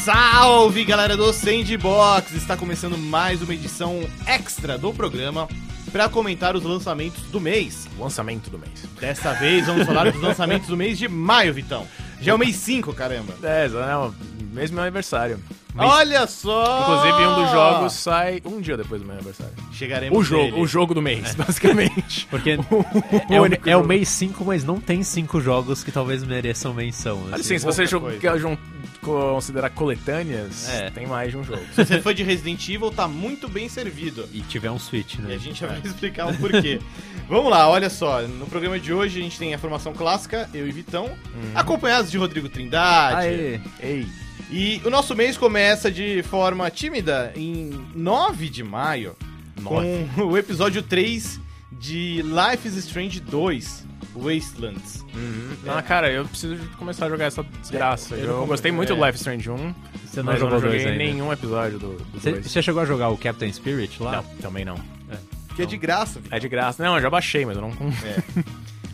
Salve galera do Sandbox! Está começando mais uma edição extra do programa para comentar os lançamentos do mês. Lançamento do mês. Dessa vez vamos falar dos lançamentos do mês de maio, Vitão. Já é o mês 5, caramba. É, não, mesmo meu aniversário. Mês- Olha só! Inclusive, um dos Ah! jogos sai um dia depois do meu aniversário. Chegaremos O jogo, nele. o jogo do mês, basicamente. Porque O é, o, único é o jogo. mês 5, mas não tem cinco jogos que talvez mereçam menção. Dá assim. licença, se você pouca coisa. jog- quer jun- considerar coletâneas, É. tem mais de um jogo. Se você foi de Resident Evil, tá muito bem servido. E tiver um Switch, E né? a gente já vai É. explicar o porquê. Vamos lá, olha só. No programa de hoje a gente tem a formação clássica, eu e Vitão, Hum. acompanhados de Rodrigo Trindade. Aê. Ei, E o nosso mês começa de forma tímida em 9 de maio Nove. com o episódio 3 de Life is Strange 2, Wastelands. um- não, Ah, é. cara, eu preciso de começar a jogar essa desgraça. É, eu eu não gostei muito comprei, do Life is Strange 1, Você não mas eu jogou não dois joguei ainda. nenhum episódio do, do Você, dois. você chegou a jogar o Captain Spirit lá? Não, também não. Que é de graça, Vitor. É de graça. Não, eu já baixei, mas eu não...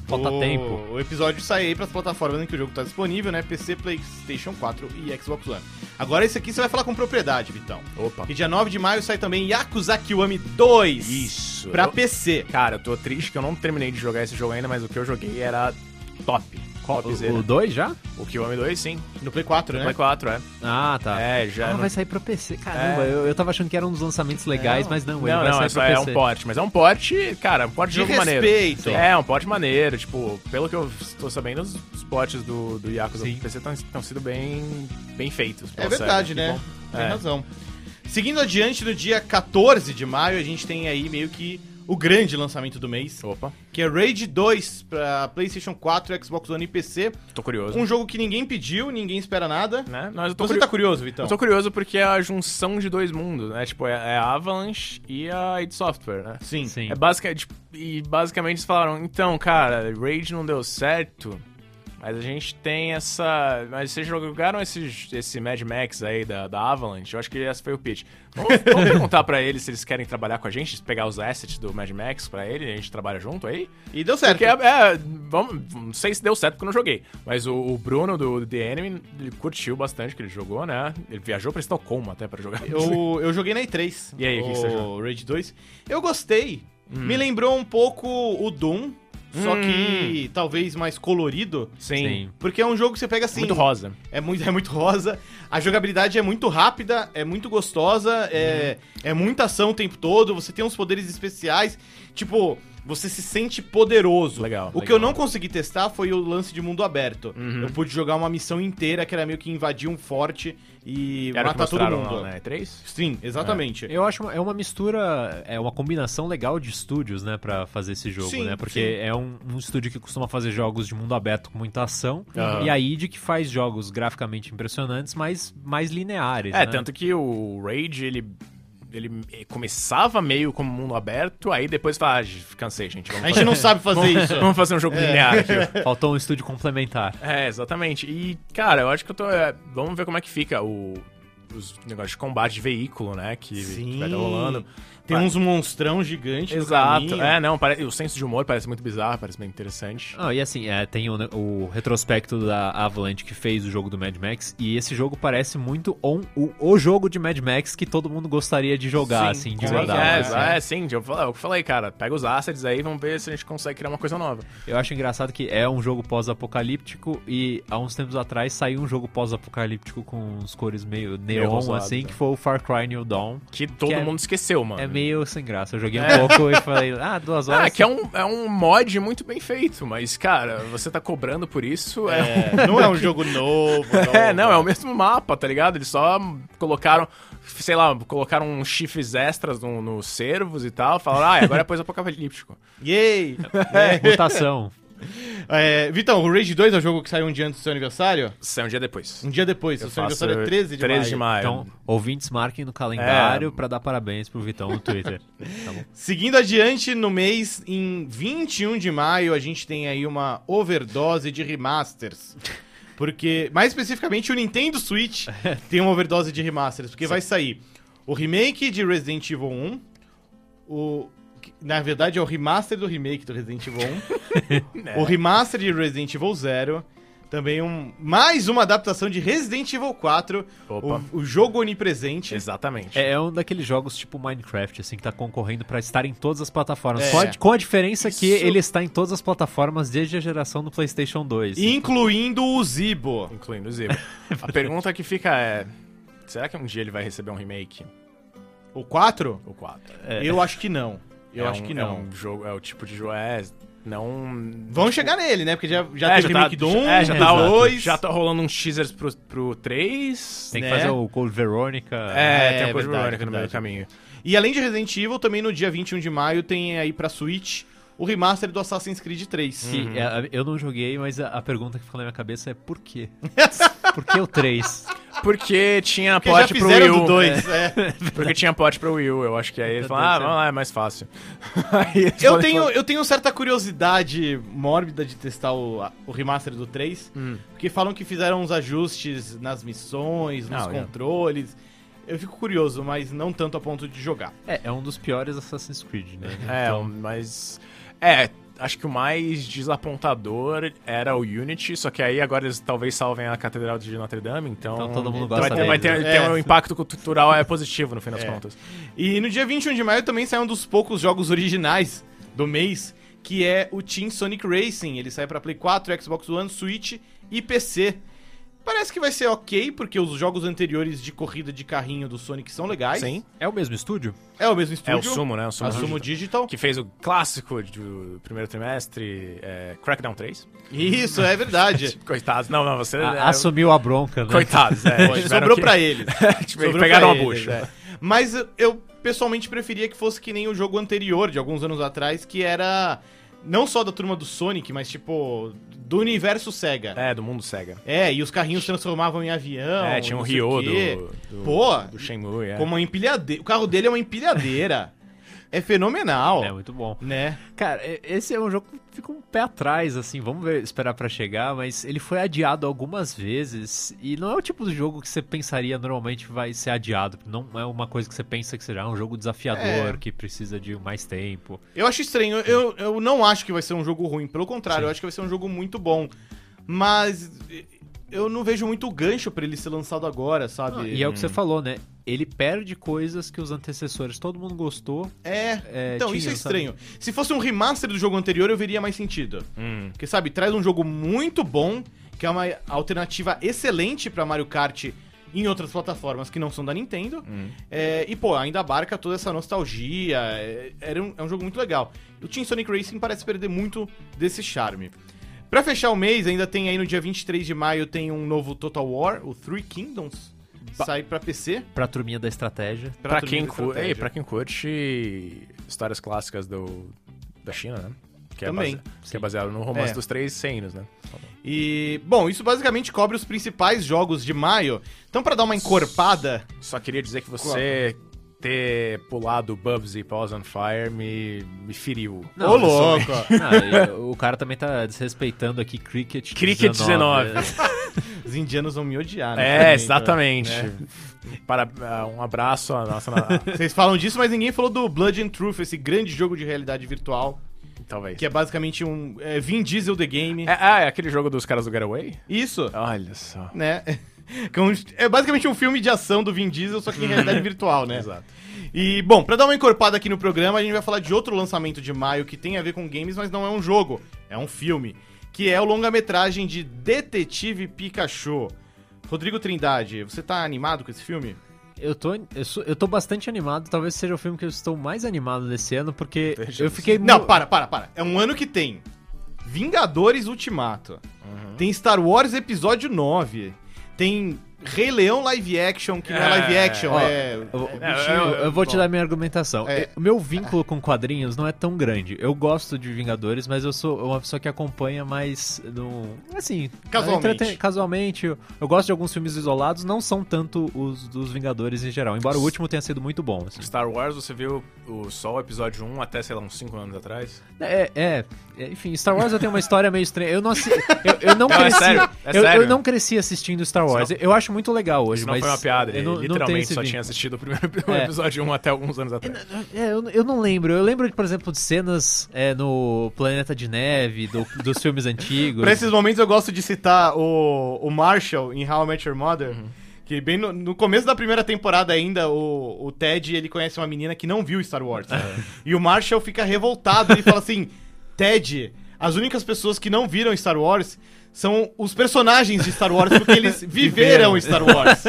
Falta o... tempo. O episódio sai aí pras plataformas em que o jogo tá disponível, né? PC, PlayStation 4 e Xbox One. Agora esse aqui você vai falar com propriedade, Vitão. Opa. E dia 9 de maio sai também Yakuza Kiwami 2 Isso. pra eu- PC. Cara, eu tô triste que eu não terminei de jogar esse jogo ainda, mas o que eu joguei era top. O Topzera. 2 já? O Kiwami 2, sim. No Play 4, né? Play 4, é. Ah, tá. É, já. Ah, não- vai sair pra PC. Caramba, É. eu, eu tava achando que era um dos lançamentos legais, mas não, ele Não, vai não, é, sair só, pra é PC. um porte, mas é um porte, cara, um porte de, De jogo respeito. maneiro. É, um porte maneiro, tipo, pelo que eu estou sabendo, os os portes do, do Yakuza Sim. do PC estão sendo bem, bem feitos. É pela verdade, série. né? Que bom. Tem É. razão. Seguindo adiante, no dia 14 de maio, a gente tem aí meio que o grande lançamento do mês, Opa, que é Raid 2 pra PlayStation 4, Xbox One e PC. tô curioso. Um jogo que ninguém pediu, ninguém espera nada. Né? Não, mas eu é. tô Você curio- tá curioso, Vitão? Eu tô curioso porque é a junção de dois mundos, né? Tipo, é, é a Avalanche e a id Software, né? Sim. Sim. É basica, tipo, e basicamente eles falaram, então, cara, Raid não deu certo, mas a gente tem essa... Mas vocês jogaram esse, esse Mad Max aí da, da Avalanche? Eu acho que esse foi o pitch. Vamos, vamos perguntar pra eles se eles querem trabalhar com a gente, pegar os assets do Mad Max pra ele, a gente trabalha junto aí? E deu certo. Porque, é, é, vamos, não sei se deu certo porque eu não joguei, mas o, o Bruno do The Enemy, ele curtiu bastante que ele jogou, né? Ele viajou pra Estocolmo até pra jogar. Eu, eu joguei na E3. E aí, o que que você O Raid 2. Eu gostei. Me lembrou um pouco o Doom, só Hum. que talvez mais colorido. Sim. Porque é um jogo que você pega assim. Muito rosa. É muito, é muito rosa. A jogabilidade é muito rápida, é muito gostosa, é, é muita ação o tempo todo. Você tem uns poderes especiais. Tipo, você se sente poderoso. Legal, O legal. Uhum. que eu não consegui testar foi o lance de mundo aberto. Eu pude jogar uma missão inteira que era meio que invadir um forte e Era o que matar todo mostraram mundo. lá, né? Três? Sim, exatamente. Eu acho uma, é uma mistura, é uma combinação legal de estúdios, né, Pra fazer esse jogo, Sim, né? Porque sim. é um, um estúdio que costuma fazer jogos de mundo aberto com muita ação Aham. e a id que faz jogos graficamente impressionantes, mas mais lineares, É, né? tanto que o Rage, ele, ele começava meio como mundo aberto, aí depois fala, ah, cansei, gente. Vamos A gente não sabe fazer isso. Vamos fazer um jogo linear aqui. ó." Faltou um estúdio complementar. É, exatamente. E, cara, eu acho que eu tô. é, vamos ver como é que fica o. Os negócios de combate de veículo, né? Que, que Sim. vai tá rolando. Tem Vai. uns monstrão gigante. no Exato. caminho. É, não, pare- o senso de humor parece muito bizarro, parece bem interessante. Ah, e assim, é, tem o, ne- o retrospecto da Avalanche que fez o jogo do Mad Max, e esse jogo parece muito on- o, o jogo de Mad Max que todo mundo gostaria de jogar, Sim, assim, de com Sim, verdade. é, assim. é, sim, eu falei, eu falei, cara, pega os assets aí, vamos ver se a gente consegue criar uma coisa nova. Eu acho engraçado que é um jogo pós-apocalíptico e há uns tempos atrás saiu um jogo pós-apocalíptico com uns cores meio neon, rosado, assim, tá. que foi o Far Cry New Dawn. Que todo Que é- mundo esqueceu, mano. É meio sem graça. Eu joguei um É. pouco e falei, ah, duas horas. Ah, que é um, é um mod muito bem feito, mas, cara, você tá cobrando por isso. É, É, Não é um jogo novo. é, não, é um. o mesmo mapa, tá ligado? Eles só colocaram, sei lá, colocaram uns chifres extras no- nos servos e tal, falaram, ah, agora é pós-apocalíptico. Yay! um né, mutação. É, Vitão, o Rage 2 é o jogo que saiu um dia antes do seu aniversário? Isso é um dia depois. Um dia depois, o seu faço aniversário é 13 de 13 de maio. maio. Então, ouvintes, marquem no calendário É. pra dar parabéns pro Vitão no Twitter. tá bom? Seguindo adiante, no mês, em 21 de maio, a gente tem aí uma overdose de remasters. Porque, mais especificamente, o Nintendo Switch tem uma overdose de remasters. Porque vai sair o remake de Resident Evil 1, o... que, Na é um, Então, É. verdade, é o remaster do remake do Resident Evil 1, o remaster de Resident Evil 0, Também um, mais uma adaptação de Resident Evil 4, Opa. o, o jogo onipresente. Exatamente. É, é um daqueles jogos tipo Minecraft, assim, que tá concorrendo pra estar em todas as plataformas. É. Só de- com a diferença que Isso- ele está em todas as plataformas desde a geração do PlayStation 2. Incluindo o Zibo. Incluindo o Zibo. A pergunta que fica é: será que um dia ele vai receber um remake? O 4? O 4. Eu acho que não. Eu É acho um- que não. É, um jogo, é o tipo de jogo. É. Não. Vão chegar nele, né? Porque já, já é, teve já remake tá, do 1, é, já do tá, o- 2. já tá rolando uns teasers pro, pro 3. Tem que né? fazer o Cold Veronica. É, É, tem uma coisa verdade, irônica no meio do verdade. caminho. E além de Resident Evil, também no dia 21 de maio tem aí pra Switch o remaster do Assassin's Creed 3. Que, Uhum. é, eu não joguei, mas a, a pergunta que ficou na minha cabeça é por quê? por que o 3? Porque tinha Porque já pote é pro fizeram Will. do 2. é. Porque tinha pote pro Will, eu acho que aí eles Tá falaram, ah, doido, vamos lá, é mais fácil. Aí eles Eu podem tenho, falar- eu tenho certa curiosidade mórbida de testar o, a- o remaster do 3, Hum. porque falam que fizeram uns ajustes nas missões, nos Ah, olha. controles. Eu fico curioso, mas não tanto a ponto de jogar. É, é um dos piores Assassin's Creed, né? É, Então. mas. É, acho que o mais desapontador era o Unity, só que aí agora eles talvez salvem a Catedral de Notre Dame, então. Então todo mundo vai gosta ter, vai ter, deles, né? tem É. um impacto cultural é positivo no fim das É. contas. E no dia 21 de maio também sai um dos poucos jogos originais do mês, que é o Team Sonic Racing. Ele sai pra Play 4, Xbox One, Switch e PC. Parece que vai ser ok, porque os jogos anteriores de corrida de carrinho do Sonic são legais. Sim. É o mesmo estúdio? É o mesmo estúdio. É o Sumo, né? O Sumo, a Sumo Digital. Que fez o clássico do primeiro trimestre, é, Crackdown 3. Isso, é verdade. Coitados. Não, não, você. é, A- assumiu a bronca, né? Coitados, é. tiveram Sobrou que- pra eles. Tipo, Sobrou pegaram pra a eles, bucha. é. Mas eu pessoalmente preferia que fosse que nem o jogo anterior, de alguns anos atrás, que era não só da turma do Sonic, mas tipo do universo Sega. É, do mundo cega. É, e os carrinhos transformavam em avião. é, tinha um não sei Ryo o quê. do, do. Pô, do Shenmue, é. Como uma empilhadeira. O carro dele é uma empilhadeira. é fenomenal, É muito bom. né? Cara, e- esse é um jogo que fica um pé atrás, assim, vamos ver, esperar pra chegar, mas ele foi adiado algumas vezes e não é o tipo de jogo que você pensaria normalmente vai ser adiado, não é uma coisa que você pensa que será um jogo desafiador, É. que precisa de mais tempo. Eu acho estranho. Eu, eu não acho que vai ser um jogo ruim. Pelo contrário, eu acho que vai ser um jogo muito bom. Mas eu não vejo muito gancho pra ele ser lançado agora, sabe? E é o Uhum. que você falou, né? Ele perde coisas que os antecessores, todo mundo gostou. É. é, Então, tinha, isso é sabe? estranho. Se fosse um remaster do jogo anterior, eu veria mais sentido. Hum. Porque, sabe, traz um jogo muito bom, que é uma alternativa excelente pra Mario Kart em outras plataformas que não são da Nintendo. hum. É, e, pô, ainda abarca toda essa nostalgia. É, era um, é um jogo muito legal. O Team Sonic Racing parece perder muito desse charme. Pra fechar o mês, ainda tem aí no dia 23 de maio tem um novo Total War, o Three Kingdoms. Sai pra PC. Pra turminha da estratégia. Pra, turma quem é, da cu... estratégia. Ei, pra quem curte histórias clássicas do... da China, né? Que Também. É base... Que é baseado no romance É. dos três reinos, né? E, bom, isso basicamente cobre os principais jogos de maio. Então, pra dar uma encorpada, Só queria dizer que você ter pulado Bubsy Paws on Fire me, me feriu. Ô, louco! Ah, e o cara também tá desrespeitando aqui Cricket né? 19. Cricket 19. Os indianos vão me odiar, né? É, Também, então. exatamente. né? Para, ah, um abraço à nossa... na- Vocês falam disso, mas ninguém falou do Blood and Truth, esse grande jogo de realidade virtual, Talvez. que é basicamente um é, Vin Diesel The Game. É- ah, é aquele jogo dos caras do Getaway? Isso, Olha só. né? Que é um- É basicamente um filme de ação do Vin Diesel, só que em realidade virtual, né? Exato. E, bom, pra dar uma encorpada aqui no programa, a gente vai falar de outro lançamento de maio que tem a ver com games, mas não é um jogo, é um filme. Que é o longa-metragem de Detetive Pikachu. Rodrigo Trindade, você tá animado com esse filme? Eu tô, eu, sou- eu tô bastante animado, talvez seja o filme que eu estou mais animado desse ano, porque Deixa eu eu- fiquei... Não, mu- para, para, para. É um ano que tem Vingadores Ultimato. Tem Star Wars Episódio 9. Tem Rei Leão Live Action, que não é É, live action, ó, é. Eu, é eu- bichinho. eu- eu vou te bom. dar minha argumentação. É. O meu vínculo com quadrinhos não é tão grande. Eu gosto de Vingadores, mas eu sou uma pessoa que acompanha mais no. Assim. Casualmente. casualmente. Eu, eu gosto de alguns filmes isolados, não são tanto os dos Vingadores em geral. Embora o último tenha sido muito bom. assim. Star Wars, você viu o só o episódio 1 até, sei lá, uns 5 anos atrás? É, é, é, Enfim, Star Wars eu tenho uma história meio estranha. Eu não, assi- eu, eu não Não, é cresci. sério, é eu, eu sério. não cresci assistindo Star Wars. Senão- Eu acho acho muito legal hoje, Isso não mas. foi uma piada, eu ele não- não tenho literalmente esse só vínculo. tinha assistido o primeiro o É. episódio 1 até alguns anos atrás. É, eu, eu não lembro. Eu lembro, por exemplo, de cenas é, no Planeta de Neve, do- dos filmes antigos. Pra esses momentos eu gosto de citar o, o Marshall em How I Met Your Mother. Uhum. Que bem no, no começo da primeira temporada ainda, o, o Ted, ele conhece uma menina que não viu Star Wars. É. e o Marshall fica revoltado e fala assim, Ted, as únicas pessoas que não viram Star Wars são os personagens de Star Wars, porque eles viveram Star Wars.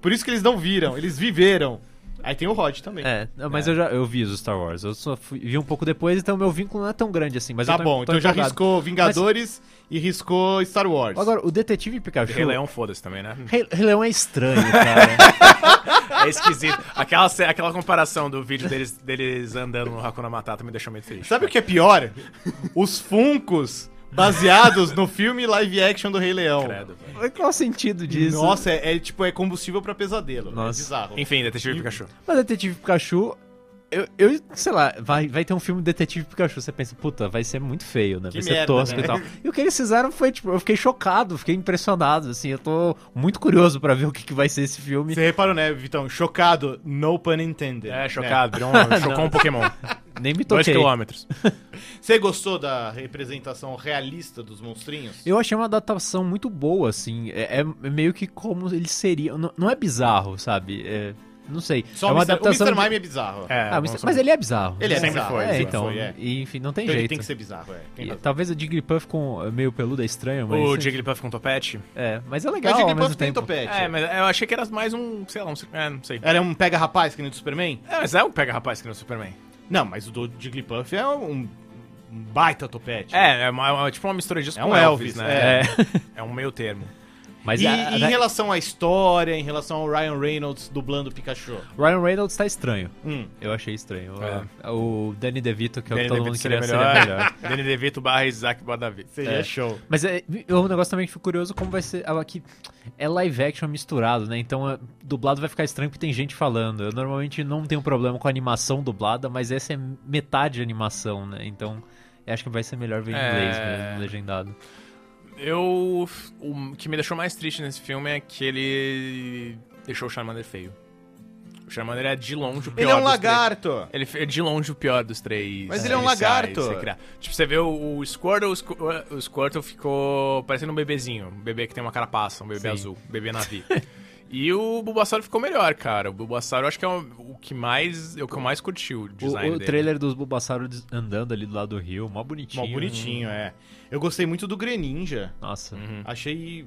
Por isso que eles não viram, eles viveram. Aí tem o Rod também. É, não, mas eu já eu vi os Star Wars. Eu só fui- vi um pouco depois, então meu vínculo não é tão grande assim. Mas tá eu tô- bom, tô então já empolgado. riscou Vingadores e riscou Star Wars. Agora, o Detetive Pikachu. Rei Leão, foda-se também, né? Rei, Rei Leão é estranho, cara. É esquisito. Aquela, ce- aquela comparação do vídeo deles, deles andando no Hakuna Matata me deixou meio triste. Sabe o que é pior? Os Funcos baseados no filme live action do Rei Leão. Credo, velho. Qual o sentido disso? Nossa, é, é tipo, é combustível pra pesadelo. É Nossa. bizarro. Enfim, Detetive Pikachu. Mas Detetive Pikachu. Eu, eu, sei lá, vai, vai ter um filme Detetive Pikachu. Você pensa, puta, vai ser muito feio, né? Vai Que ser merda, tosco né? e tal. E o que eles fizeram foi, tipo, eu fiquei chocado, fiquei impressionado, assim. Eu tô muito curioso pra ver o que, que vai ser esse filme. Você reparou, né, Vitão? Chocado, no pun intended. né? É, chocado, virou um, chocou um Pokémon. Nem me Dois toquei. quilômetros. Você gostou da representação realista dos monstrinhos? Eu achei uma adaptação muito boa, assim. É, é meio que como ele seria. Não, não é bizarro, sabe? É, não sei. Só é o uma Mr. adaptação. o Mr. de- Mime é bizarro. É, Ah, vamos mas, só- mas ele é bizarro. Ele é Sempre bizarro, foi, ele É, sempre então. foi, é. e, enfim, não tem Então ele jeito. tem que ser bizarro, é. Tem E razão. Talvez o Jigglypuff com meio peludo é estranho, mas. O Jigglypuff com um topete. É, mas é legal. Mas ao Jigglypuff mesmo tem tempo. topete. É, mas eu achei que era mais um, sei lá, um... É, não sei. Era um pega-rapaz que nem do Superman? É, mas é um pega-rapaz que no Superman. Não, mas o do Jigglypuff é um, um baita topete. É, é, uma- é uma- tipo uma mistura disso É com um Elvis, Elvis, né? É. um meio termo. Mas E, a- e a- em relação à história, em relação ao Ryan Reynolds dublando o Pikachu? Ryan Reynolds tá estranho. Hum. Eu achei estranho. O Danny DeVito, que é o É. Danny que todo DeVito mundo seria queria ser melhor. melhor. Danny DeVito barra Isaac Badavi. Seria show. Mas é é um negócio também que fico curioso como vai ser. ah, Aqui, é live action misturado, né? Então é, dublado vai ficar estranho porque tem gente falando. Eu normalmente não tenho problema com animação dublada, mas essa é metade animação, né? Então eu acho que vai ser melhor ver em É. inglês mesmo, legendado. Eu... O que me deixou mais triste nesse filme é que ele deixou o Charmander feio. O Charmander é de longe o pior Ele é um dos três. lagarto. Ele é de longe o pior dos três. né, Mas ele é um iniciais, lagarto. sem criar. Tipo, você vê o, o Squirtle, o Squ- o Squirtle ficou parecendo um bebezinho. Um bebê que tem uma carapaça, um bebê Sim. azul, um bebê navio. e o Bulbasaur ficou melhor, cara. O Bulbasaur eu acho que é o, o que mais. é O que eu mais curti o O, design o dele. trailer dos Bulbasaur des- andando ali do lado do rio, mó bonitinho. né? Bom, bonitinho, é. Eu gostei muito do Greninja. Nossa. Uhum. Achei.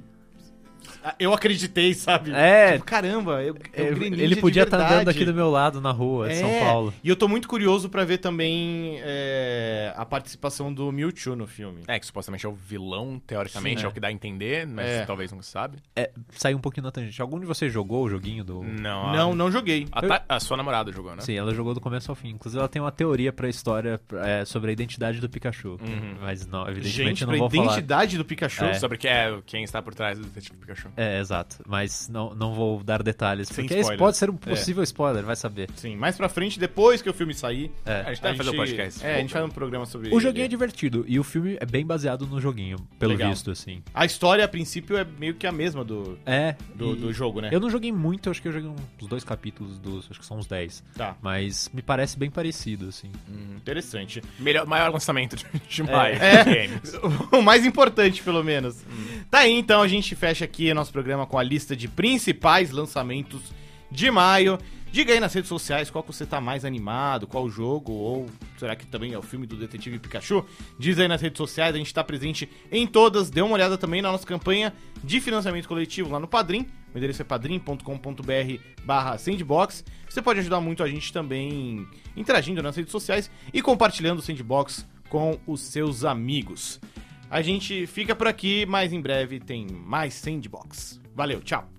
Ah, Eu acreditei, sabe? É. Tipo, caramba, eu, é o Eu- Greninja ele podia estar estar andando aqui do meu lado na rua de É. São Paulo. E eu tô muito curioso pra ver também é, a participação do Mewtwo no filme. É, que supostamente é o vilão, teoricamente, é. Sim, é. o que dá a entender, mas É. talvez não sabe. É, saiu um pouquinho na tangente. Algum de vocês jogou o joguinho do. Hum. Não, a- Não, não joguei. A, ta- a sua namorada jogou, né? Sim, ela jogou do começo ao fim. Inclusive, ela tem uma teoria pra história é, sobre a identidade do Pikachu. Mas, não, evidentemente, Uhum. Gente, eu não pra vou falar. identidade do Pikachu. É. Sobre que é, quem está por trás do Detetive Pikachu. É, exato. Mas não, não vou dar detalhes. Sem porque esse spoiler. É. pode ser um possível spoiler, vai saber. Sim, Assim, mais pra frente, depois que o filme sair. É. A gente deve fazer o podcast. É, a gente faz um programa sobre O joguinho é ele. divertido e o filme é bem baseado no joguinho, pelo Legal. visto, assim. A história, a princípio, é meio que a mesma do, É. do, e- do jogo, né? Eu não joguei muito, eu acho que eu joguei uns dois capítulos dos. Acho que são uns dez. Tá, Mas me parece bem parecido, assim. interessante. Melhor, maior lançamento de, de maio. É. de games. o mais importante, pelo menos. Tá aí, então, a gente fecha aqui nosso programa com a lista de principais lançamentos de maio. Diga aí nas redes sociais qual que você tá mais animado, qual jogo, ou será que também é o filme do Detetive Pikachu? Diz aí nas redes sociais, a gente tá presente em todas. Dê uma olhada também na nossa campanha de financiamento coletivo lá no Padrim. O endereço é padrim.com.br barra sandbox. Você pode ajudar muito a gente também interagindo nas redes sociais e compartilhando o sandbox com os seus amigos. A gente fica por aqui, mas em breve tem mais Sandbox. Valeu, tchau!